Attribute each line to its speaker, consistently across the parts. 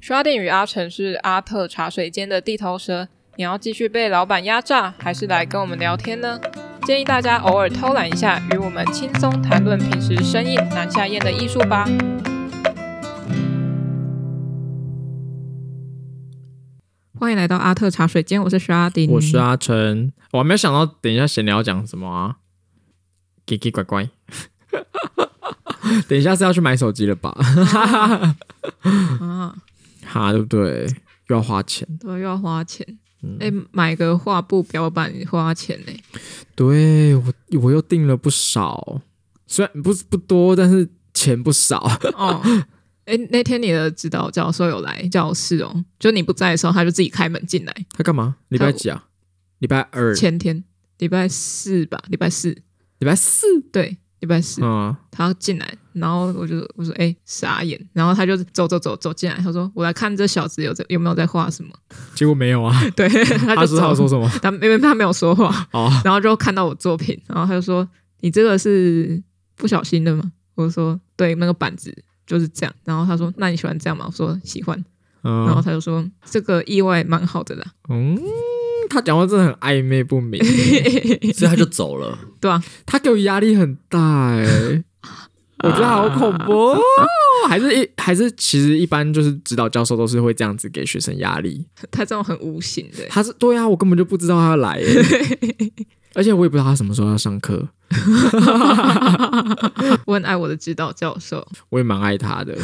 Speaker 1: 刷店与阿成是阿特茶水间的地头蛇，你要继续被老板压榨，还是来跟我们聊天呢？建议大家偶尔偷懒一下，与我们轻松谈论平时生硬难下咽的艺术吧。欢迎来到阿特茶水间，我是刷丁，
Speaker 2: 我是啊阿成，我还没有想到等一下闲聊讲什么啊，奇奇怪 怪。等一下是要去买手机了 吧？
Speaker 1: 啊，
Speaker 2: 哈，对不对？又要花钱。
Speaker 1: 都要花钱。
Speaker 2: 嗯
Speaker 1: 哎、买个画布标板花钱呢、
Speaker 2: 对我，我又订了不少，虽然不是不多，但是钱不少。
Speaker 1: 哦，哎、 那天你的指导教授有来教室哦，就你不在的时候，他就自己开门进来。
Speaker 2: 他干嘛？礼拜几啊？礼拜二、
Speaker 1: 前天，礼拜四吧，礼拜四，
Speaker 2: 礼拜四。
Speaker 1: 对，礼拜四，
Speaker 2: 嗯，
Speaker 1: 他进来，然后我就我说哎、傻眼，然后他就走走走走进来，他说我来看这小子有在有没有在画什么，
Speaker 2: 结果没有啊。
Speaker 1: 对，他
Speaker 2: 他
Speaker 1: 就
Speaker 2: 说他
Speaker 1: 走
Speaker 2: 有说
Speaker 1: 了，
Speaker 2: 什么？
Speaker 1: 他因为他没有说话，
Speaker 2: 哦，
Speaker 1: 然后就看到我作品，然后他就说你这个是不小心的吗？我说对，那个板子就是这样，然后他说那你喜欢这样吗？我说喜欢，然后
Speaker 2: 嗯
Speaker 1: 他就说这个意外蛮好的啦，
Speaker 2: 嗯，他讲话真的很暧昧不 明，
Speaker 3: 所以他就走了。
Speaker 1: 对啊，
Speaker 2: 他给我压力很大哎、 我觉得好恐怖、哦。
Speaker 1: 啊
Speaker 2: 还是一还是其实一般就是指导教授都是会这样子给学生压力。
Speaker 1: 他这种很无形 的、
Speaker 2: 他是对啊，我根本就不知道他要来耶， 而且我也不知道他什么时候要上课。
Speaker 1: 我很爱我的指导教授，
Speaker 2: 我也蛮爱他 的。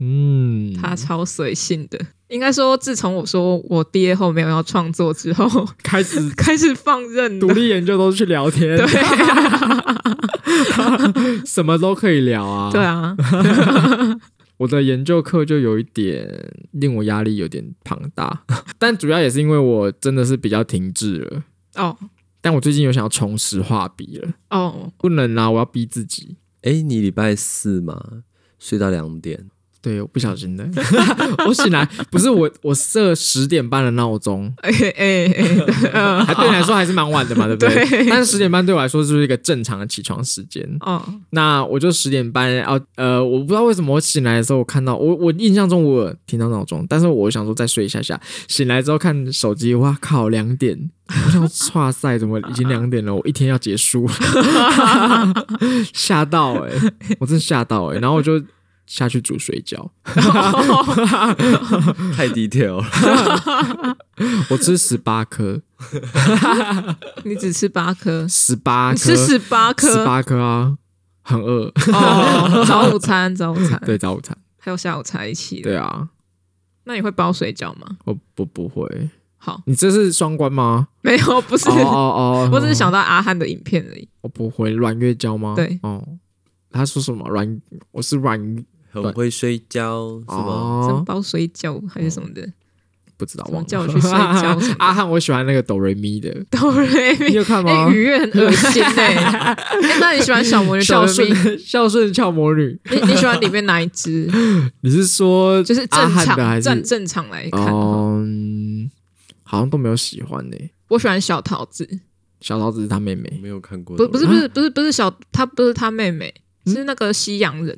Speaker 2: 嗯，
Speaker 1: 他超随性的。应该说，自从我说我毕业后没有要创作之后，
Speaker 2: 开始
Speaker 1: 开始放任
Speaker 2: 独
Speaker 1: 了。
Speaker 2: 立研究都去聊天，
Speaker 1: 对
Speaker 2: 什么都可以聊啊。
Speaker 1: 对，啊，
Speaker 2: 我的研究课就有一点令我压力有点庞大，但主要也是因为我真的是比较停滞了。
Speaker 1: 哦
Speaker 2: 但我最近有想要重拾画笔了，
Speaker 1: 哦，
Speaker 2: 不能啊，我要逼自己。
Speaker 3: 哎、你礼拜四嘛，睡到两点，
Speaker 2: 对，我不小心的， 我醒来不是我，我设十点半的闹钟，
Speaker 1: 哎哎哎，呃
Speaker 2: 还对你来说还是蛮晚的嘛，对不对？
Speaker 1: 对
Speaker 2: 但是十点半对我来说就是一个正常的起床时间。
Speaker 1: 哦，
Speaker 2: 那我就十点半，哦，呃，我不知道为什么我醒来的时候，我看到我我印象中我有听到闹钟，但是我想说再睡一下下，醒来之后看手机，哇靠，两点，我想说 哇塞，怎么已经两点了？我一天要结束， 吓到哎、我真的吓到哎、然后我就下去煮水饺，
Speaker 3: 太 detail 了。
Speaker 2: 我吃十八颗，
Speaker 1: 你只吃八颗，
Speaker 2: 十八
Speaker 1: 你
Speaker 2: 颗，
Speaker 1: 吃十八
Speaker 2: 十
Speaker 1: 颗
Speaker 2: 八颗啊，很饿，
Speaker 1: 哦，早午餐早午餐，
Speaker 2: 对，早午餐，
Speaker 1: 还有下午茶一起。
Speaker 2: 对，啊，
Speaker 1: 那你会包水饺吗？
Speaker 2: 我我不会，
Speaker 1: 好，
Speaker 2: 你这是双关吗？
Speaker 1: 没有，不 是
Speaker 2: 哦，哦哦，
Speaker 1: 我只是想到阿汉的影片而已。
Speaker 2: 我哦不会软月娇吗？
Speaker 1: 对
Speaker 2: 哦，他说什么软？我是软鱼
Speaker 3: 很会睡觉是吗？
Speaker 1: 什么
Speaker 2: 哦，
Speaker 1: 包水饺还是什么的，
Speaker 2: 不知道
Speaker 1: 什么
Speaker 2: 忘了
Speaker 1: 叫我去睡觉什么的
Speaker 2: 阿汉，我喜欢那个哆瑞咪的，
Speaker 1: 哆瑞咪
Speaker 2: 你有看
Speaker 1: 哎、
Speaker 2: 吗？
Speaker 1: 愉悦很恶 心哎、哎那你喜欢小魔女哆
Speaker 2: 孝
Speaker 1: 瑞咪？
Speaker 2: 顺 孝顺俏魔女，
Speaker 1: 你你喜欢里面哪一只？
Speaker 2: 你是说
Speaker 1: 就是
Speaker 2: 阿
Speaker 1: 正
Speaker 2: 汉的还
Speaker 1: 常正
Speaker 2: 是？
Speaker 1: 正常来看，
Speaker 2: 哦，嗯好像都没有喜欢呢。
Speaker 1: 我喜欢小桃子，
Speaker 2: 小桃子是他妹
Speaker 3: 我
Speaker 2: 妹
Speaker 3: 没有看过，
Speaker 1: 不不是不是不是不是小，她不是她妹妹，是那个西洋人，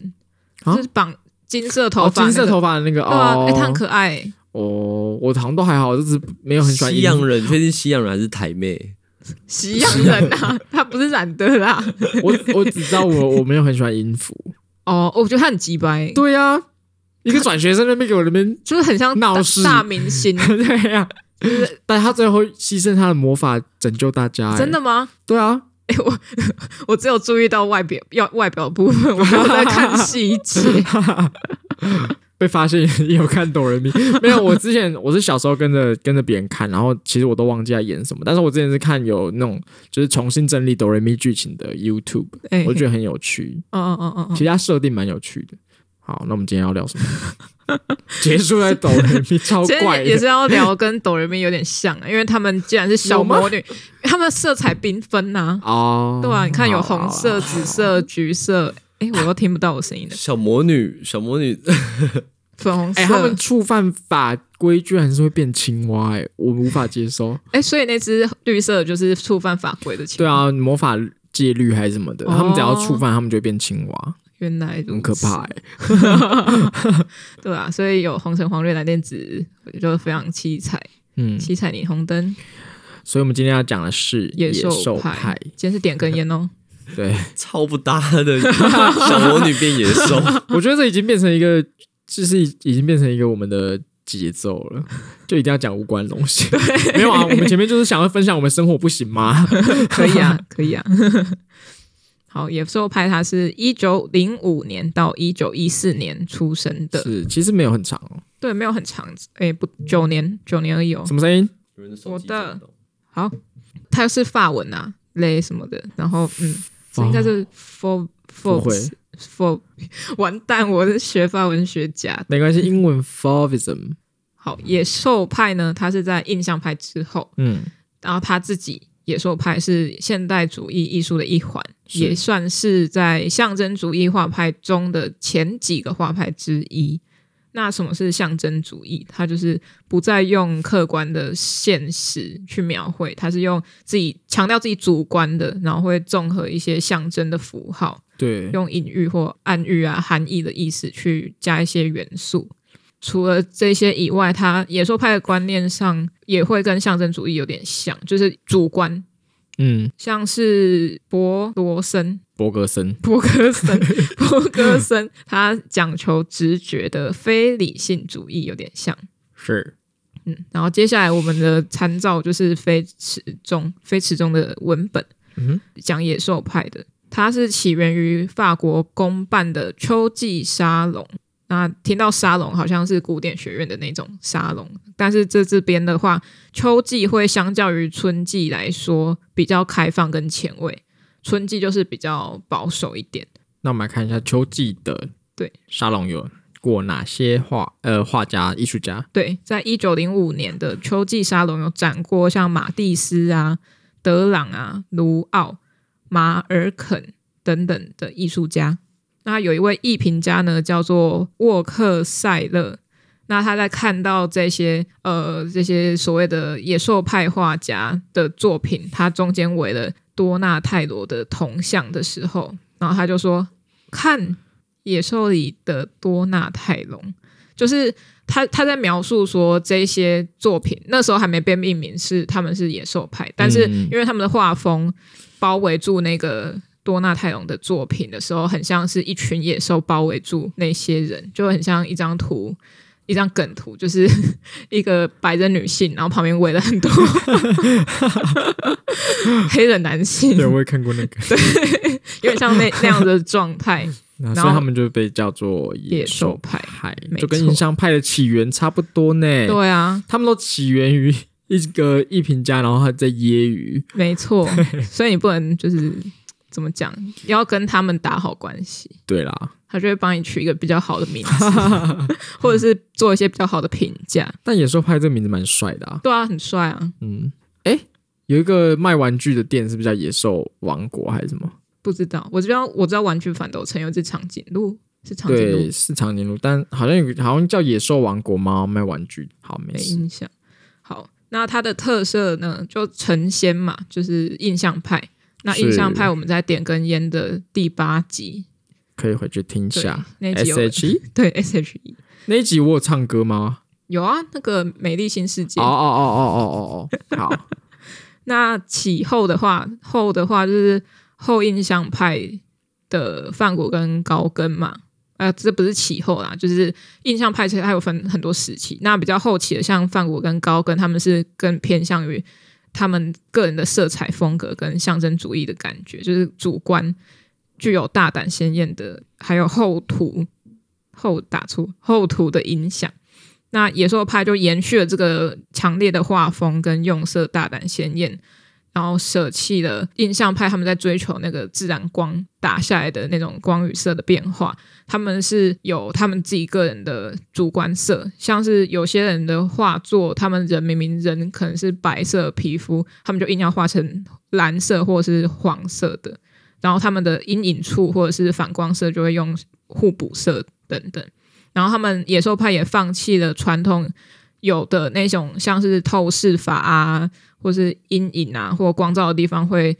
Speaker 2: 嗯啊
Speaker 1: 就是绑金色头
Speaker 2: 哦，
Speaker 1: 发、
Speaker 2: 金色头，发的那个
Speaker 1: 对啊，哎、她很
Speaker 2: 哦，
Speaker 1: 可爱、欸，
Speaker 2: 哦，我好像都还好，就是没有很喜欢
Speaker 3: 西洋人，确定西洋人还是台妹？
Speaker 1: 西洋人啊，她不是染的 啦。
Speaker 2: 我我只知道我我没有很喜欢音符。
Speaker 1: 哦，我觉得她很鸡掰、
Speaker 2: 对呀、一个转学生那边给我那边
Speaker 1: 就是很像大
Speaker 2: 闹事，
Speaker 1: 大明星
Speaker 2: 对
Speaker 1: 啊
Speaker 2: 呀、但他最后牺牲他的魔法拯救大家、欸
Speaker 1: 真的？吗？
Speaker 2: 对啊，
Speaker 1: 哎、我我只有注意到外表要外表的部分，我没有在看细节。
Speaker 2: 被发现也有看懂人民 没有？我之前我是小时候跟着 跟着别人看，然后其实我都忘记在演什么，但是我之前是看有那种就是重新整理哆瑞咪剧情的 YouTube，
Speaker 1: 哎
Speaker 2: 我觉得很有趣，
Speaker 1: 哦哦哦哦
Speaker 2: 其，实它设定蛮有趣的。好，那我们今天要聊什么？ 结束在哆瑞咪，超
Speaker 1: 其实
Speaker 2: 怪
Speaker 1: 也
Speaker 2: 的
Speaker 1: 也是要聊跟哆人咪有点像、啊，因为他们既然是小魔女，他们色彩缤纷呐，
Speaker 2: 哦，
Speaker 1: 对啊，你看有
Speaker 2: 好啦
Speaker 1: 红色、紫色、橘色，哎、我又听不到我声音了，
Speaker 3: 小魔女，小魔女，
Speaker 1: 粉红色，
Speaker 2: 哎、
Speaker 1: 哎、
Speaker 2: 他们触犯法规居然是会变青蛙、哎，我无法接受。
Speaker 1: 哎所以那只绿色就是触犯法规的情
Speaker 2: 啊对，啊，魔法戒律还是什么的，
Speaker 1: 哦
Speaker 2: 他们只要触犯，他们就会变青蛙。
Speaker 1: 原来如
Speaker 2: 很可
Speaker 1: 此
Speaker 2: 怕、欸。
Speaker 1: 对啊，所以有红橙黄绿蓝靛紫，我觉得非常七彩，
Speaker 2: 嗯，
Speaker 1: 七彩霓虹灯，
Speaker 2: 所以我们今天要讲的是
Speaker 1: 野
Speaker 2: 兽
Speaker 1: 兽
Speaker 2: 派，
Speaker 1: 今天是点根烟哦，
Speaker 2: 对。
Speaker 3: 超不搭的，小魔女变野兽，
Speaker 2: 我觉得这已经变成一个，就是已经变成一个我们的节奏了， 就一定要讲无关的东西。 没有啊，我们前面就是想要分享我们生活，不行吗？
Speaker 1: 可以 啊，可以啊。 好，野兽派他是一九零五年到一九一四年出生的，
Speaker 2: 是，其实没有很长哦。
Speaker 1: 对，没有很长，哎，不，九年，九年而已哦。
Speaker 2: 什么声音？
Speaker 1: 我的好，它是法文啊，嘞什么的，然后嗯，这应该是 for for
Speaker 2: 不会
Speaker 1: for，完 蛋，我是学法文学家。
Speaker 2: 没关系，英文 fauvism，
Speaker 1: 好，野兽派呢，它是在印象派之后，
Speaker 2: 嗯，
Speaker 1: 然后他自己野兽派是现代主义艺术的一环，
Speaker 2: 是
Speaker 1: 也算是在象征主义画派中的前几个画派之一。那什么是象征主义？它就是不再用客观的现实去描绘，它是用自己强调自己主观的，然后会综合一些象征的符号，
Speaker 2: 对，
Speaker 1: 用隐喻或暗喻啊、含义的意思去加一些元素。除了这些以外，它野兽派的观念上也会跟象征主义有点像，就是主观，
Speaker 2: 嗯，
Speaker 1: 像是博罗森、
Speaker 2: 伯格森，
Speaker 1: 博格森、博格森，他讲求直觉的非理性主义有点像。
Speaker 2: 是
Speaker 1: 嗯，然后接下来我们的参照就是非池中非池中的文本，
Speaker 2: 嗯哼
Speaker 1: 讲野兽派的，它是起源于法国公办的秋季沙龙。那听到沙龙好像是古典学院的那种沙龙，但是这这边的话，秋季会相较于春季来说比较开放跟前卫，春季就是比较保守一点。
Speaker 2: 那我们来看一下秋季的
Speaker 1: 对
Speaker 2: 沙龙有过哪些画呃画家、艺术家？
Speaker 1: 对，在一九零五年的秋季沙龙有展过像马蒂斯啊、德朗啊、卢奥、马尔肯等等的艺术家。那有一位艺评家呢，叫做沃克塞勒。那他在看到这些呃这些所谓的野兽派画家的作品，他中间围了多纳泰罗的铜像的时候，然后他就说：“看野兽里的多纳泰隆。”就是他他在描述说这些作品那时候还没被命名是他们是野兽派，但是
Speaker 2: 嗯
Speaker 1: 因为他们的画风包围住那个多纳泰隆的作品的时候，很像是一群野兽包围住那些人，就很像一张图。一张梗图，就是 一个白人女性，然后旁边围了很多 黑人男性，
Speaker 2: 对，我也看过那个，
Speaker 1: 有点像那那样的状 态。
Speaker 2: 那
Speaker 1: 然
Speaker 2: 所以
Speaker 1: 后
Speaker 2: 他们就被叫做
Speaker 1: 野兽派
Speaker 2: 派
Speaker 1: 没
Speaker 2: 就跟
Speaker 1: 错
Speaker 2: 印象派的起源差不多呢。
Speaker 1: 对啊，
Speaker 2: 他们都起源于一个艺评家，然后他在揶揄。
Speaker 1: 没错，所以你不能就是怎么讲，要跟他们打好关系，
Speaker 2: 对啦，
Speaker 1: 他就会帮你取一个比较好的名 字，或者是做一些比较好的评价。
Speaker 2: 但野兽派这个名字蛮帅的啊。
Speaker 1: 对啊，很帅啊，
Speaker 2: 嗯，哎、有一个卖玩具的店，是不是叫野兽王国还是什么？
Speaker 1: 不知道，我知道我知道玩具反斗城有一只长颈鹿，是长颈鹿
Speaker 2: 对，，是长颈鹿，但好像有好像叫野兽王国吗？卖玩具，好没
Speaker 1: 没
Speaker 2: 事。
Speaker 1: 印象。好，那它的特色呢，就成仙嘛，就是印象派。那印象
Speaker 2: 是
Speaker 1: 派我们在点根烟的第八集，
Speaker 2: 可以回去听一下。
Speaker 1: 对那集有
Speaker 2: 啊 S H E
Speaker 1: 对 S H E
Speaker 2: 那一集我有唱歌吗？
Speaker 1: 有啊，那个美丽新世界
Speaker 2: 哦哦哦哦哦哦哦，好，
Speaker 1: 那起后的话，后的话就是后印象派的范谷跟高更嘛。呃，这不是起后啦，就是印象派其实它有分很多时期。那比较后期的，像范谷跟高更，他们是更偏向于他们个人的色彩风格跟象征主义的感觉，就是主观具有大胆鲜艳的，还有厚涂厚打出厚涂的影响。那野兽派就延续了这个强烈的画风跟用色大胆鲜艳，然后舍弃了印象派他们在追求那个自然光打下来的那种光与色的变化，他们是有他们自己个人的主观色，像是有些人的画作，他们人明明人可能是白色皮肤，他们就硬要画成蓝色或者是黄色的，然后他们的阴影处或者是反光色就会用互补色等等。然后他们野兽派也放弃了传统有的那种像是透视法啊，或是阴影啊，或光照的地方会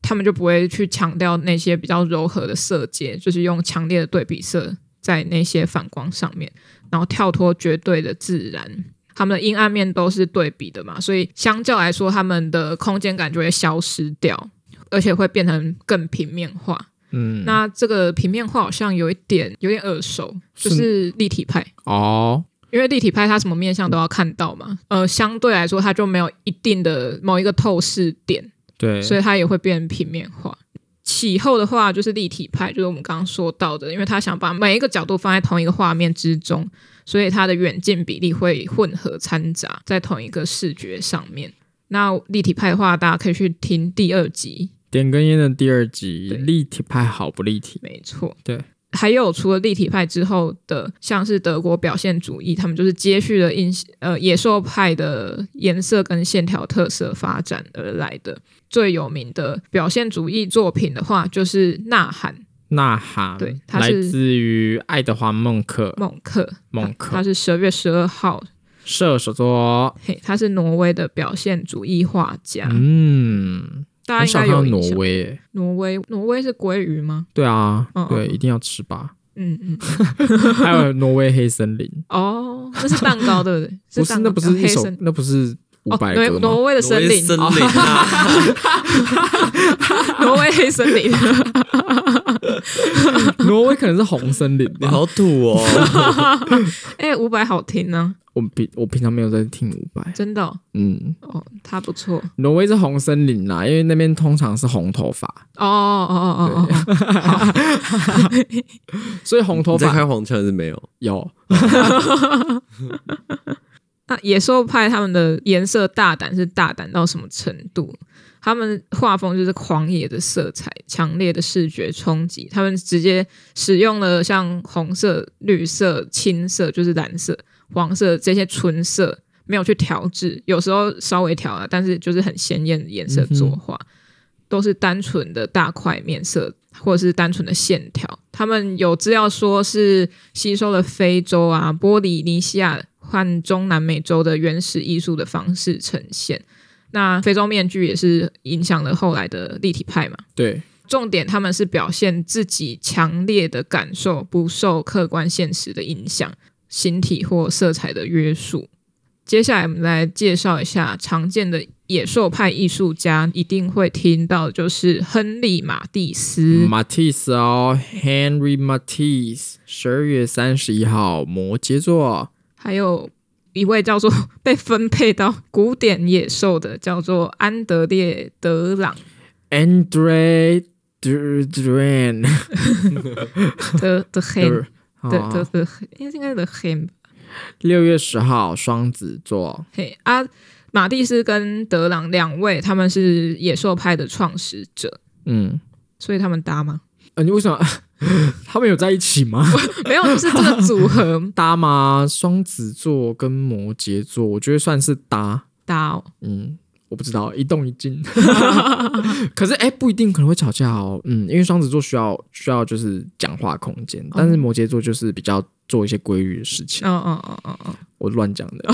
Speaker 1: 他们就不会去强调那些比较柔和的色阶，就是用强烈的对比色在那些反光上面，然后跳脱绝对的自然。他们的阴暗面都是对比的嘛，所以相较来说，他们的空间感就会消失掉，而且会变成更平面化。
Speaker 2: 嗯，
Speaker 1: 那这个平面化好像有一点有点耳熟，就是立体派，
Speaker 2: 哦，
Speaker 1: 因为立体派它什么面相都要看到嘛，呃，相对来说它就没有一定的某一个透视点，
Speaker 2: 对，
Speaker 1: 所以它也会变平面化。起后的话就是立体派，就是我们刚刚说到的，因为他想把每一个角度放在同一个画面之中，所以它的远近比例会混合掺杂在同一个视觉上面。那立体派的话，大家可以去听第二集，
Speaker 2: 点根烟的第二集
Speaker 1: 对
Speaker 2: 立体派好不立体？
Speaker 1: 没错，
Speaker 2: 对。
Speaker 1: 还有除了立体派之后的，像是德国表现主义，他们就是接续了印呃野兽派的颜色跟线条特色发展而来的。最有名的表现主义作品的话，就是《呐喊》
Speaker 2: 呐喊，
Speaker 1: 对它
Speaker 2: 来
Speaker 1: 是
Speaker 2: 自于爱德华孟克，
Speaker 1: 孟克，
Speaker 2: 孟克
Speaker 1: 他是十二月十二号，
Speaker 2: 射手座。
Speaker 1: 嘿，他是挪威的表现主义画家，
Speaker 2: 嗯，
Speaker 1: 大
Speaker 2: 很
Speaker 1: 家
Speaker 2: 少
Speaker 1: 应该
Speaker 2: 看
Speaker 1: 有
Speaker 2: 到
Speaker 1: 印
Speaker 2: 挪
Speaker 1: 象。
Speaker 2: 威耶，
Speaker 1: 挪威，挪威是鲑鱼吗？
Speaker 2: 对啊
Speaker 1: 嗯，
Speaker 2: 对，
Speaker 1: 嗯
Speaker 2: 一定要吃吧。
Speaker 1: 嗯嗯，
Speaker 2: 还有挪威黑森林，
Speaker 1: 哦，那 是蛋糕对不对？
Speaker 2: 不是
Speaker 1: 蛋糕
Speaker 2: 那不是一
Speaker 1: 黑
Speaker 2: 首
Speaker 1: 森，
Speaker 2: 那不是伍
Speaker 1: 哦，
Speaker 2: 佰
Speaker 1: 挪
Speaker 2: 的歌吗
Speaker 1: 挪？威的森林，
Speaker 3: 森林
Speaker 2: 哦
Speaker 3: 啊，
Speaker 1: 挪威黑森林。啊
Speaker 2: 挪威可能是红 森林
Speaker 3: 你
Speaker 2: 吧。
Speaker 3: 好土哦。
Speaker 1: 哎、伍佰好听呢、
Speaker 2: 我平我平常没有在听伍佰，
Speaker 1: 真的哦，
Speaker 2: 嗯，
Speaker 1: 哦他不错。
Speaker 2: 挪威是红森林啦，因为那边通常是红头发，
Speaker 1: 哦哦哦哦哦哦，
Speaker 2: 所以红头
Speaker 3: 你在
Speaker 2: 发
Speaker 3: 开黄腔还是没有？
Speaker 2: 有
Speaker 1: 那野兽派他们的颜色大胆是大胆到什么程度？他们画风就是狂野的色彩，强烈的视觉冲击。他们直接使用了像红色、绿色、青色，就是蓝色、黄色这些纯色，没有去调制，有时候稍微调了，啊但是就是很鲜艳的颜色作画，都是单纯的大块面色或者是单纯的线条。他们有资料说是吸收了非洲啊、波利尼西亚和中南美洲的原始艺术的方式呈现。那非洲面具也是影响了后来的立体派嘛。
Speaker 2: 对，
Speaker 1: 重点他们是表现自己强烈的感受，不受客观现实的影响、形体或色彩的约束。接下来我们来介绍一下常见的野兽派艺术家，一定会听到的就是亨利·马蒂斯。
Speaker 2: 马蒂斯嗯哦，Henry Matisse，十二月三十一号，摩羯座，
Speaker 1: 还有一位叫做 被分配到古典野兽的，叫做安德烈·德朗
Speaker 2: Andre Duran，
Speaker 1: 的的黑的的
Speaker 2: 哦
Speaker 1: 的，应该应该的黑
Speaker 2: 六月十号，双子座，
Speaker 1: 嘿啊，马蒂斯跟德朗两位，他们是野兽派的创始者，
Speaker 2: 嗯，
Speaker 1: 所以他们搭吗？
Speaker 2: 呃，你为什么 他们有在一起吗？
Speaker 1: 没有，就是这个组合
Speaker 2: 搭吗？双子座跟摩羯座，我觉得算是搭。
Speaker 1: 搭哦。
Speaker 2: 嗯，我不知道，一动一 静。可是哎、诶不一定可能会吵架哦。嗯，因为双子座需要需要就是讲话空间，但是摩羯座就是比较做一些规律的事情。
Speaker 1: 哦哦哦哦哦，
Speaker 2: 我乱讲 的，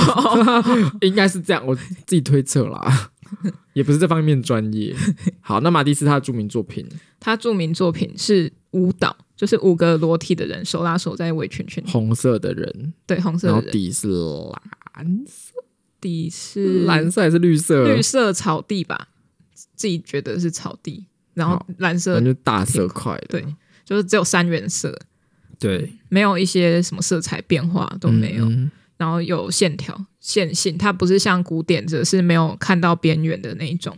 Speaker 2: 应该是这样，我自己推测 啦，也不是这方面专业。好，那马蒂斯他的著名作品
Speaker 1: 他著名作品是舞蹈，就是五个裸体的人手拉手在围圈圈，
Speaker 2: 《红色的人
Speaker 1: 对，红》，色
Speaker 2: 然后
Speaker 1: 的人
Speaker 2: 底是蓝
Speaker 1: 底是
Speaker 2: 嗯蓝色还是绿色？
Speaker 1: 嗯绿色草地吧，自己觉得是草地，然后
Speaker 2: 好
Speaker 1: 蓝色
Speaker 2: 反正就大色块的。
Speaker 1: 对，就是只有三原色，
Speaker 2: 对，
Speaker 1: 没有一些什么色彩变化都没有。
Speaker 2: 嗯嗯
Speaker 1: 然后有线条线性，它不是像古典者是没有看到边缘的那一种。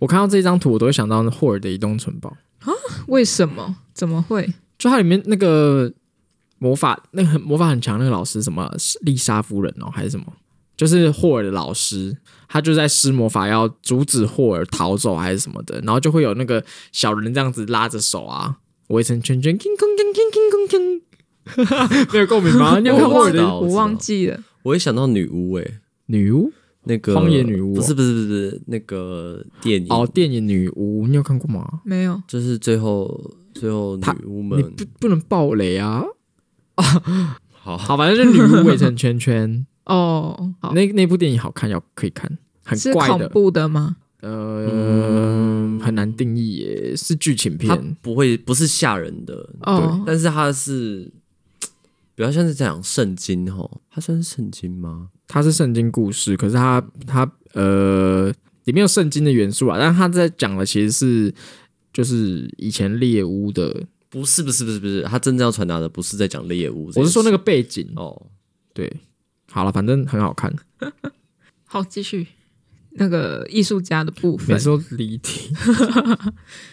Speaker 2: 我看到这张图，我都会想到霍尔的移动城堡。
Speaker 1: 为什么？怎么会？
Speaker 2: 就它里面那个魔法，那个很魔法很强那个老师，什么丽莎夫人哦，还是什么，就是霍尔的老师，他就在施魔法要阻止霍尔逃走还是什么的，然后就会有那个小人这样子拉着手啊，围成圈圈，叮咚叮叮叮咚叮。没有共鸣吗？你有看
Speaker 1: 我
Speaker 2: 霍尔
Speaker 1: 忘
Speaker 2: 的
Speaker 3: 道我
Speaker 1: 我
Speaker 3: 知道
Speaker 1: 忘记了。
Speaker 3: 我也想到女巫诶、
Speaker 2: 女巫
Speaker 3: 那个
Speaker 2: 荒野女巫哦
Speaker 3: 不是不是不是那个电影
Speaker 2: 哦，电影女巫，你有看过吗？
Speaker 1: 没有，
Speaker 3: 就是最后最后女巫
Speaker 2: 你
Speaker 3: 们
Speaker 2: 不不能暴雷啊！
Speaker 3: 好
Speaker 2: 好，反正就是女巫围成圈圈，
Speaker 1: 哦，好
Speaker 2: 那那部电影好看，要可以看，很
Speaker 1: 是
Speaker 2: 怪
Speaker 1: 恐
Speaker 2: 的，
Speaker 1: 怖的吗？嗯
Speaker 3: 嗯
Speaker 2: 呃，很难定义耶，是剧情
Speaker 3: 它
Speaker 2: 片。
Speaker 3: 不会不是吓人的，
Speaker 2: 哦
Speaker 3: 对，但是它是比较像是讲圣经吼，它算是圣经吗？
Speaker 2: 它是圣经故事，可是它它呃里面有圣经的元素啊，但是它在讲的其实是就是以前猎巫的，
Speaker 3: 不是不是不是不是，它真正要传达的不是在讲猎物，
Speaker 2: 我是说那个背景。
Speaker 3: 哦，
Speaker 2: 对，好了，反正很好看，
Speaker 1: 好，继续那个艺术家的部分
Speaker 2: 每次都离题。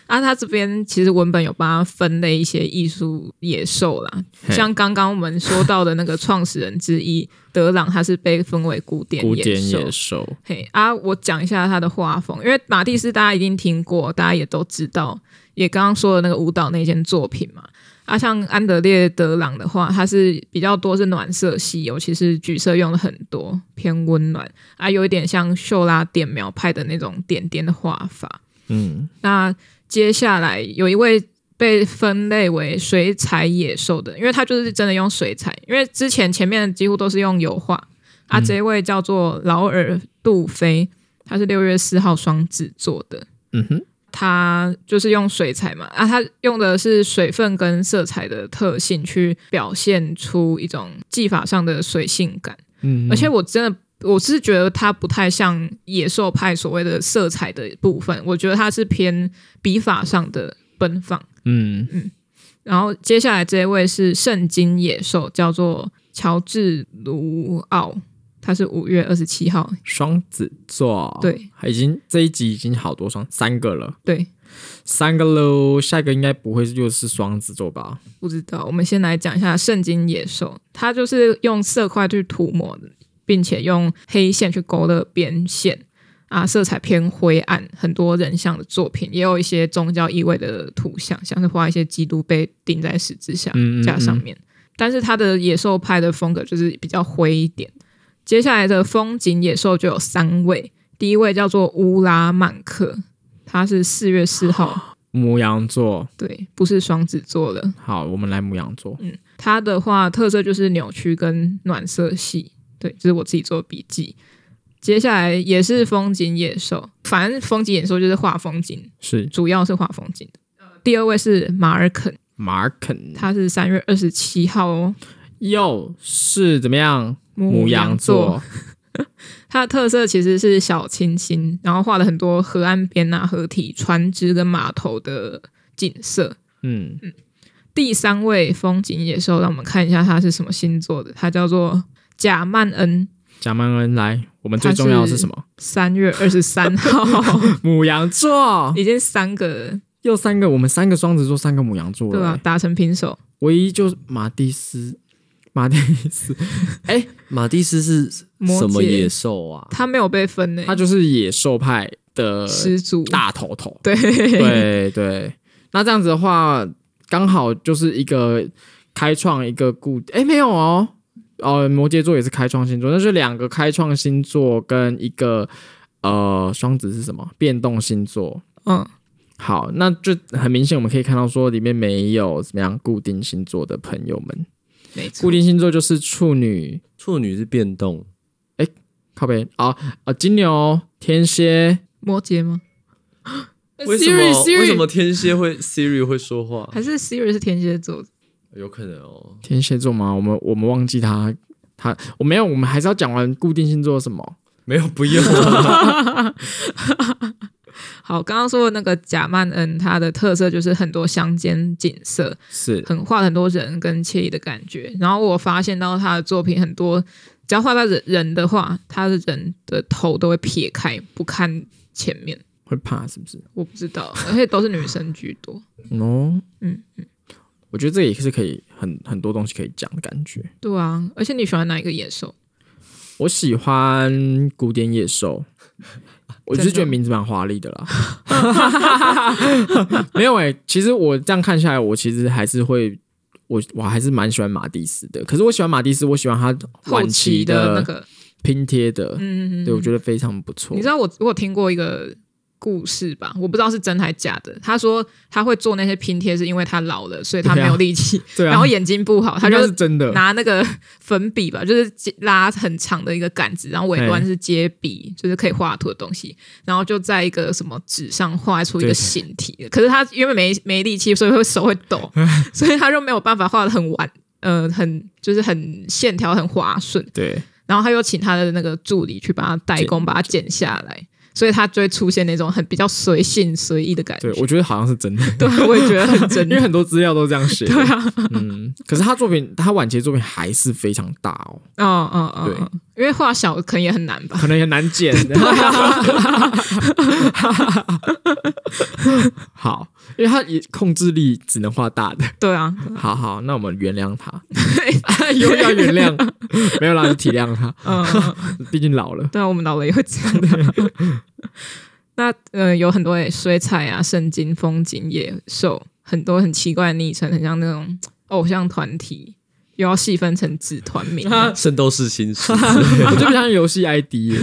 Speaker 1: 啊，他这边其实文本有帮他分类一些艺术野兽啦，
Speaker 2: 嘿
Speaker 1: 像刚刚我们说到的那个创始人之一德朗，他是被分为古典
Speaker 2: 古
Speaker 1: 野
Speaker 2: 典
Speaker 1: 兽。
Speaker 2: 野兽，
Speaker 1: 嘿啊，我讲一下他的画风，因为马蒂斯大家一定听过，大家也都知道，也刚刚说的那个舞蹈那件作品嘛。啊，像安德烈·德朗的话，他是比较多是暖色系，尤其是橘色用的很多，偏温暖啊，有一点像秀拉点描派的那种点点的画法。
Speaker 2: 嗯，
Speaker 1: 那接下来有一位被分类为水彩野兽的，因为他就是真的用水彩，因为之前前面几乎都是用油画啊。这一位叫做劳尔·杜菲，他是六月四号双子座的，
Speaker 2: 嗯哼，
Speaker 1: 他就是用水彩嘛啊，他用的是水分跟色彩的特性去表现出一种技法上的水性感。
Speaker 2: 嗯，
Speaker 1: 而且我真的我是觉得它不太像野兽派所谓的色彩的部分，我觉得它是偏笔法上的奔放。
Speaker 2: 嗯，
Speaker 1: 然后接下来这一位是圣经野兽，叫做乔治卢奥，他是五月二十七号，
Speaker 2: 双子座，
Speaker 1: 对，
Speaker 2: 已经这一集已经好多双三个了，
Speaker 1: 对，
Speaker 2: 三个喽，下一个应该不会又是双子座吧？
Speaker 1: 不知道。我们先来讲一下圣经野兽，它就是用色块去涂抹的，并且用黑线去勾勒边线。啊，色彩偏灰暗，很多人像的作品，也有一些宗教意味的图像，像是画一些基督被钉在十字架
Speaker 2: 嗯嗯嗯
Speaker 1: 架上面。但是它的野兽派的风格就是比较灰一点。接下来的风景野兽就有三位，第一位叫做乌拉曼克，他是四月四 号，
Speaker 2: 母羊座，
Speaker 1: 对，不是双子座了。
Speaker 2: 好，我们来母羊座，
Speaker 1: 嗯，它的话特色就是扭曲跟暖色系，对，这、是我自己做的笔记。接下来也是风景野兽，反正风景野兽就是画风景，
Speaker 2: 是
Speaker 1: 主要是画风景的。呃第二位是马尔肯，
Speaker 2: 马尔肯，
Speaker 1: 他是三月二十七号哦，
Speaker 2: 又是怎么样？母羊
Speaker 1: 座
Speaker 2: 座，
Speaker 1: 它的特色其实是小清新，然后画了很多河岸边啊、河体、船只跟码头的景色。
Speaker 2: 嗯，
Speaker 1: 第三位风景野兽，让我们看一下它是什么星座的，它叫做贾曼恩，
Speaker 2: 贾曼恩来，我们最重要的是什么？
Speaker 1: 三月二十三号，
Speaker 2: 母羊座，
Speaker 1: 已经三个了
Speaker 2: 又三个，我们三个双子座，三个母羊座了，
Speaker 1: 对吧、
Speaker 2: 欸
Speaker 1: 打成平手，
Speaker 2: 唯一就是马蒂斯，马蒂斯，
Speaker 3: 马蒂斯是
Speaker 1: 摩
Speaker 3: 什么
Speaker 1: 羯
Speaker 3: 野兽啊？
Speaker 1: 他没有被分呢、
Speaker 2: 他就是野兽派
Speaker 3: 呃
Speaker 2: 的
Speaker 1: 始祖
Speaker 2: 大头头，
Speaker 1: 对
Speaker 2: 对对，那这样子的话，刚好就是一个开创一个固，哎，没有哦，哦，摩羯座也是开创星座，那是两个开创星座跟一个呃双子是什么变动星座。
Speaker 1: 嗯，
Speaker 2: 好，那就很明显，我们可以看到说里面没有怎么样固定星座的朋友们，
Speaker 1: 没
Speaker 2: 固
Speaker 1: 错，
Speaker 2: 定星座就是处女、
Speaker 3: 处女是变动，
Speaker 2: 靠背啊啊金牛、天蝎，
Speaker 1: 摩羯吗？
Speaker 3: 为什么
Speaker 1: Siri，Siri
Speaker 3: 为什么天蝎会 Siri 会说话？
Speaker 1: 还是 Siri 是天蝎座的？
Speaker 3: 有可能哦，
Speaker 2: 天蝎座吗？我们我们忘记他他我没有，我们还是要讲完固定星座是什么。
Speaker 3: 没有不用，啊
Speaker 1: 好，刚刚说的那个贾曼恩，它的特色就是很多乡间景色，
Speaker 2: 是
Speaker 1: 很画很多人跟惬意的感觉。然后我发现到他的作品很多，只要画到人人的话，他的人的头都会撇开，不看前面。
Speaker 2: 会怕是不是？
Speaker 1: 我不知道，而且都是女生居多。
Speaker 2: 哦，
Speaker 1: 嗯
Speaker 2: 嗯，我觉得这也是可以很很多东西可以讲的感觉。
Speaker 1: 对啊，而且你喜欢哪一个野兽？
Speaker 2: 我喜欢古典 野兽，我就是觉得名字蛮华丽的啦。 没有诶、其实我这样看下来，我其实还是会。我我还是蛮喜欢马蒂斯的，可是我喜欢马蒂斯，我喜欢他
Speaker 1: 后
Speaker 2: 晚
Speaker 1: 期
Speaker 2: 期
Speaker 1: 的那个，
Speaker 2: 拼贴的，
Speaker 1: 嗯，
Speaker 2: 对我觉得非常不错
Speaker 1: 你知。道我我有听过一个故事吧，我不知道是真还假的。他说他会做那些拼贴，是因为他老了，所以他没有力气，
Speaker 2: 对啊，
Speaker 1: 然后眼睛不好，他
Speaker 2: 应该
Speaker 1: 就是
Speaker 2: 真的，
Speaker 1: 拿那个粉笔吧，就是接拉很长的一个杆子，然后尾端是接笔，就是可以画图的东西，然后就在一个什么纸上画出一个形体。可是他因为没没力气，所以会手会 抖， 所以他就没有办法画的很完，呃，很就是很线条很滑顺。
Speaker 2: 对，
Speaker 1: 然后他又请他的那个助理去帮他代工，把它剪下来，所以他就会出现那种很比较随性随意的感觉
Speaker 2: 对。我觉得好像是真的，
Speaker 1: 对，我也觉得很真
Speaker 2: 因为
Speaker 1: 的。
Speaker 2: 很多资料都这样写。对啊，嗯，可是他作品，他晚期的作品还是非常大哦，
Speaker 1: 嗯嗯嗯嗯，因为画小可能也很难吧。
Speaker 2: 可能也难剪。 好，因为他也控制力只能画大的。
Speaker 1: 对啊，
Speaker 2: 好好，那我们原谅他， 又要原谅，没有啦，就体谅他，
Speaker 1: 嗯，嗯嗯
Speaker 2: 毕竟老了。
Speaker 1: 对啊，我们老了也会这样的。 那呃，有很多水彩啊、圣经、风景、野兽，很多很奇怪的昵称，很像那种偶像团体，又要细分成子团名。 啊
Speaker 3: 圣斗士星矢，
Speaker 1: 嗯
Speaker 2: 我就不像游戏 ID，耶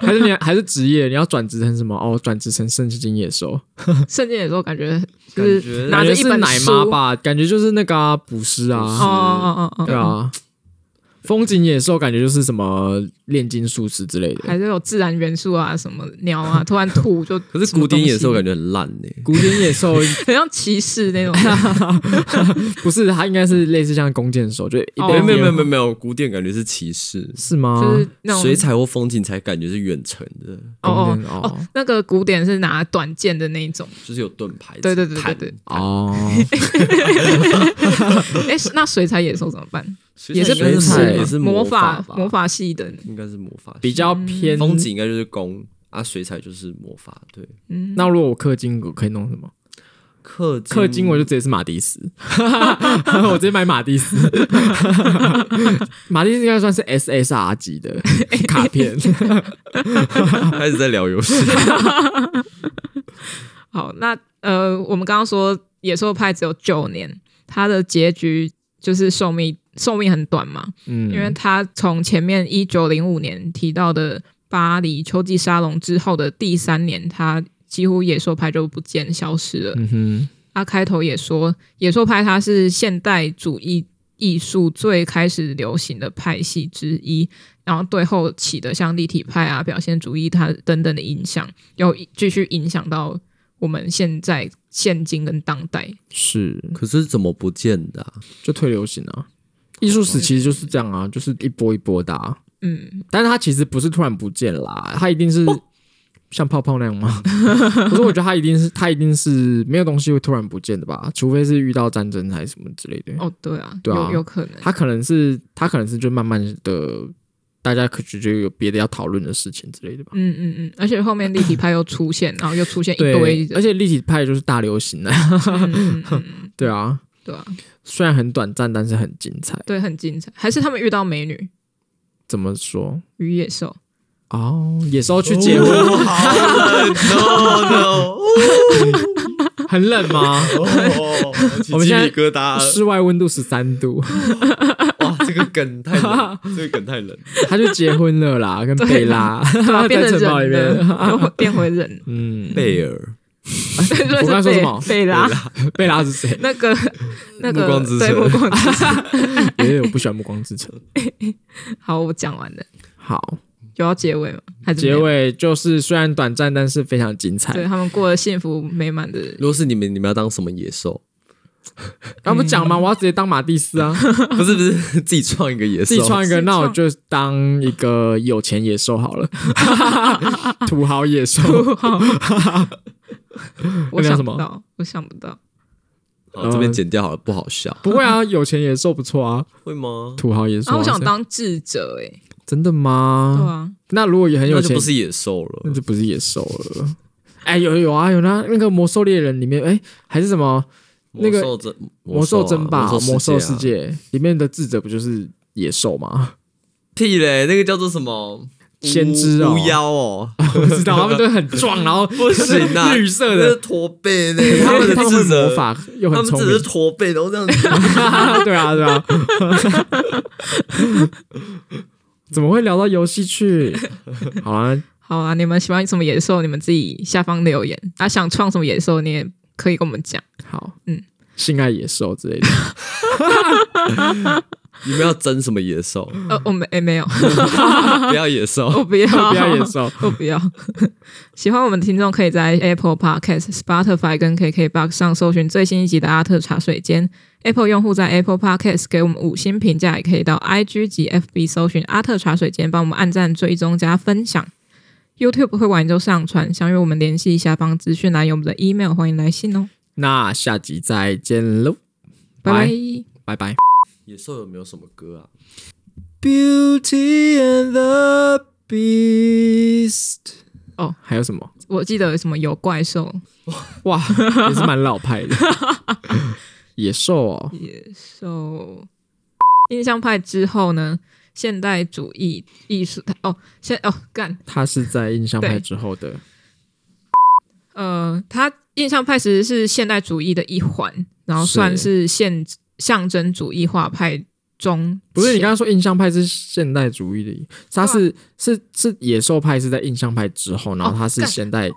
Speaker 2: 还是你还是职业，你要转职成什么？哦，转职成圣经野兽，
Speaker 1: 圣经有时候感觉就
Speaker 3: 感
Speaker 1: 是
Speaker 3: 觉
Speaker 1: 拿着一
Speaker 2: 感
Speaker 1: 本
Speaker 2: 觉是奶
Speaker 1: 书
Speaker 2: 妈吧，感觉就是那个啊捕食啊，
Speaker 3: 嗯
Speaker 1: 哦哦哦
Speaker 2: 对
Speaker 1: 哦，
Speaker 2: 啊，风景野兽感觉就是什么炼金术师之类的。
Speaker 1: 还是有自然元素啊，什么鸟啊，突然吐就
Speaker 3: 可是古典野兽感觉很烂呢。
Speaker 2: 古典野兽
Speaker 1: 很像骑士 那种。
Speaker 2: 不是，它应该是类似像弓箭手，就一
Speaker 1: 哦
Speaker 2: 边
Speaker 3: 没有没有
Speaker 2: 一边
Speaker 3: 没有没有没有，古典感觉是骑士，
Speaker 2: 是吗？
Speaker 1: 就是那种
Speaker 3: 水彩或风景才感觉是远程的，
Speaker 1: 哦哦
Speaker 2: 弓箭
Speaker 1: 哦，那个古典是拿短剑的那一种。
Speaker 3: 就是有盾牌。
Speaker 1: 对对对对对
Speaker 3: 弹，
Speaker 2: 哦，
Speaker 1: 哎，那水彩野兽怎么办？也是
Speaker 3: 水
Speaker 2: 水
Speaker 3: 彩
Speaker 2: 彩
Speaker 3: 也是
Speaker 1: 魔
Speaker 3: 法吧
Speaker 1: 魔，法系的，
Speaker 3: 应该是魔法系。
Speaker 2: 比较偏
Speaker 3: 风。景应该就是弓啊，水彩就是魔法。对，
Speaker 1: 嗯，
Speaker 2: 那如果我氪金，我可以弄什么？
Speaker 3: 氪
Speaker 2: 氪金我就直接是马蒂斯， 我直接买马蒂斯。马蒂斯应该算是 SSR 级的卡片，
Speaker 3: 开始在聊游戏，
Speaker 1: 好，那呃，我们刚刚说野兽派只有九年，它的结局就是寿命寿命很短嘛，
Speaker 2: 嗯，
Speaker 1: 因为它从前面一九零五年提到的巴黎秋季沙龙之后的第三年，它几乎野兽派就不见消失了。
Speaker 2: 嗯哼，
Speaker 1: 他开头也说，野兽派它是现代主义艺术最开始流行的派系之一，然后对后起的像立体派啊、表现主义它等等的影响，又继续影响到我们现在现今跟当代。
Speaker 2: 是
Speaker 3: 可是怎么不见的啊？
Speaker 2: 就退流行啊。艺术史其实就是这样啊，就是一波一波的、啊，
Speaker 1: 嗯，
Speaker 2: 但是它其实不是突然不见啦，它一定是
Speaker 1: 哦
Speaker 2: 像泡泡那样吗？ 可是我觉得它一定是它一定是没有东西会突然不见的吧，除非是遇到战争还是什么之类的。
Speaker 1: 哦，对啊，
Speaker 2: 对啊
Speaker 1: 有有可能。
Speaker 2: 他可能是他可能是就慢慢的，大家可能就有别的要讨论的事情之类的吧。
Speaker 1: 嗯嗯嗯，而且后面立体派又出现，然后又出现一堆
Speaker 2: 对，
Speaker 1: 的，
Speaker 2: 而且立体派就是大流行 了。
Speaker 1: 嗯嗯嗯嗯
Speaker 2: 对啊，
Speaker 1: 对啊，
Speaker 2: 虽然很短暂，但是很精彩。
Speaker 1: 对，很精彩。还是他们遇到美女
Speaker 2: 怎么说？
Speaker 1: 与野兽，
Speaker 2: 哦，野兽去结婚、
Speaker 3: No
Speaker 2: 很冷 吗？
Speaker 3: no，
Speaker 2: 我们现在
Speaker 3: 疙瘩
Speaker 2: 室外温度十三度，
Speaker 3: 哇，这个梗太冷，这个梗太冷。
Speaker 2: 他就结婚了啦，跟
Speaker 1: 对
Speaker 2: 贝拉
Speaker 1: 对 啊，变
Speaker 2: 在
Speaker 1: 成
Speaker 2: 城堡里
Speaker 1: 人
Speaker 2: 面。
Speaker 1: 了，又回变回人。
Speaker 2: 嗯，
Speaker 3: 贝尔，
Speaker 1: 我
Speaker 2: 我刚才说什么
Speaker 1: 贝拉，
Speaker 2: 贝拉是谁？
Speaker 1: 那个那个
Speaker 3: 暮光之
Speaker 1: 对
Speaker 3: 城
Speaker 1: 暮光之城。
Speaker 2: 因为我不喜欢《暮光 之城》。
Speaker 1: 好，我讲完了，
Speaker 2: 好，
Speaker 1: 有要结尾吗？还是没
Speaker 2: 结
Speaker 1: 有？
Speaker 2: 尾就是虽然短暂，但是非常精彩
Speaker 1: 对。他们过了幸福美满的，
Speaker 3: 如果是你们，你们要当什么野兽？
Speaker 2: 刚不讲吗？
Speaker 1: 嗯
Speaker 2: 我要直接当马蒂 斯啊！
Speaker 3: 不是不是，自己创一个野兽，
Speaker 2: 自己创一个，
Speaker 1: 自己
Speaker 2: 那我
Speaker 1: 创
Speaker 2: 就当一个有钱野兽好 了，土豪野兽。
Speaker 1: 我
Speaker 2: 那叫
Speaker 1: 想
Speaker 2: 什
Speaker 1: 不
Speaker 2: 么
Speaker 1: 到，我想不到。
Speaker 3: 好这边剪掉好了，不好笑，
Speaker 2: 不会啊，有钱野兽不错啊，
Speaker 3: 会吗？
Speaker 2: 土豪野兽、
Speaker 1: 啊，我想
Speaker 2: 是
Speaker 1: 当智者，哎，
Speaker 2: 真的
Speaker 1: 对啊，
Speaker 2: 吗？那如果也很有
Speaker 3: 那就
Speaker 2: 钱嗯
Speaker 3: 不，是野兽
Speaker 2: 那
Speaker 3: 了，
Speaker 2: 就不是野兽了。哎，有有啊，有那那个魔兽猎人里面，哎，还是什么那个
Speaker 3: 魔兽争
Speaker 2: 魔兽争霸、
Speaker 3: 魔
Speaker 2: 魔兽世
Speaker 3: 啊
Speaker 2: 界里面的智者不就是野兽 吗？
Speaker 3: 屁嘞，那个叫做什么
Speaker 2: 先知哦
Speaker 3: 巫妖 哦，
Speaker 2: 我不知道，他们都很 壮，然后
Speaker 3: 不行啊，
Speaker 2: 绿色
Speaker 3: 那是
Speaker 2: 的，
Speaker 3: 驼 背呢，
Speaker 2: 他
Speaker 3: 们
Speaker 2: 们
Speaker 3: 的
Speaker 2: 他们会
Speaker 3: 智者
Speaker 2: 魔，法又
Speaker 3: 他
Speaker 2: 很
Speaker 3: 们
Speaker 2: 聪
Speaker 3: 只
Speaker 2: 明
Speaker 3: 是，驼背，然后这样子。
Speaker 2: 对啊，对啊。怎么会聊到游戏去？好啊，
Speaker 1: 好啊，你们喜欢什么野兽，你们自己下方留言。啊，想创什么野兽，你也可以跟我们讲。
Speaker 2: 好，
Speaker 1: 嗯，
Speaker 2: 性爱野兽之 类的，
Speaker 3: 你们要争什么 野兽？
Speaker 1: 呃，我们诶、没有，
Speaker 3: 不要野
Speaker 1: 我
Speaker 2: 哦
Speaker 3: 兽，
Speaker 1: 不要，
Speaker 2: 不要野兽。
Speaker 1: 我不要。 喜欢我们的听众可以在 Apple Podcast、Spotify 跟 KKBox 上搜寻最新一集的阿特茶水间。Apple 用户在 Apple Podcast 给我们五星评价，也可以到 IG 及 FB 搜寻阿特茶水间，帮我们按赞、追踪、加分享。YouTube 会晚一周上传，想与我们联系，下方资讯栏有我们的 email，欢迎来信哦。
Speaker 2: 那下集再见喽，
Speaker 1: 拜拜。
Speaker 2: 拜拜拜。
Speaker 3: 野兽有没有什么歌啊？
Speaker 2: Beauty and the Beast。
Speaker 1: 哦，
Speaker 2: 还有什么？
Speaker 1: 我记得有什么有怪兽，
Speaker 2: 哇， 也是蛮老派的。野兽哦，
Speaker 1: 受印象派之后呢，现代主义艺术哦，现哦干
Speaker 2: 他是在印象派
Speaker 1: 对
Speaker 2: 之后的。
Speaker 1: 呃，它印象派其实是现代主义的一环，然后
Speaker 2: 是
Speaker 1: 算是现象征主义画派中
Speaker 2: 不是你
Speaker 1: 前
Speaker 2: 刚刚说印象派是现代主义的，他是、是是野兽派是在印象派之后，然后他是现代。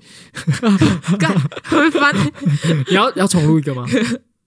Speaker 1: 干会翻
Speaker 2: 你要要重录一个吗？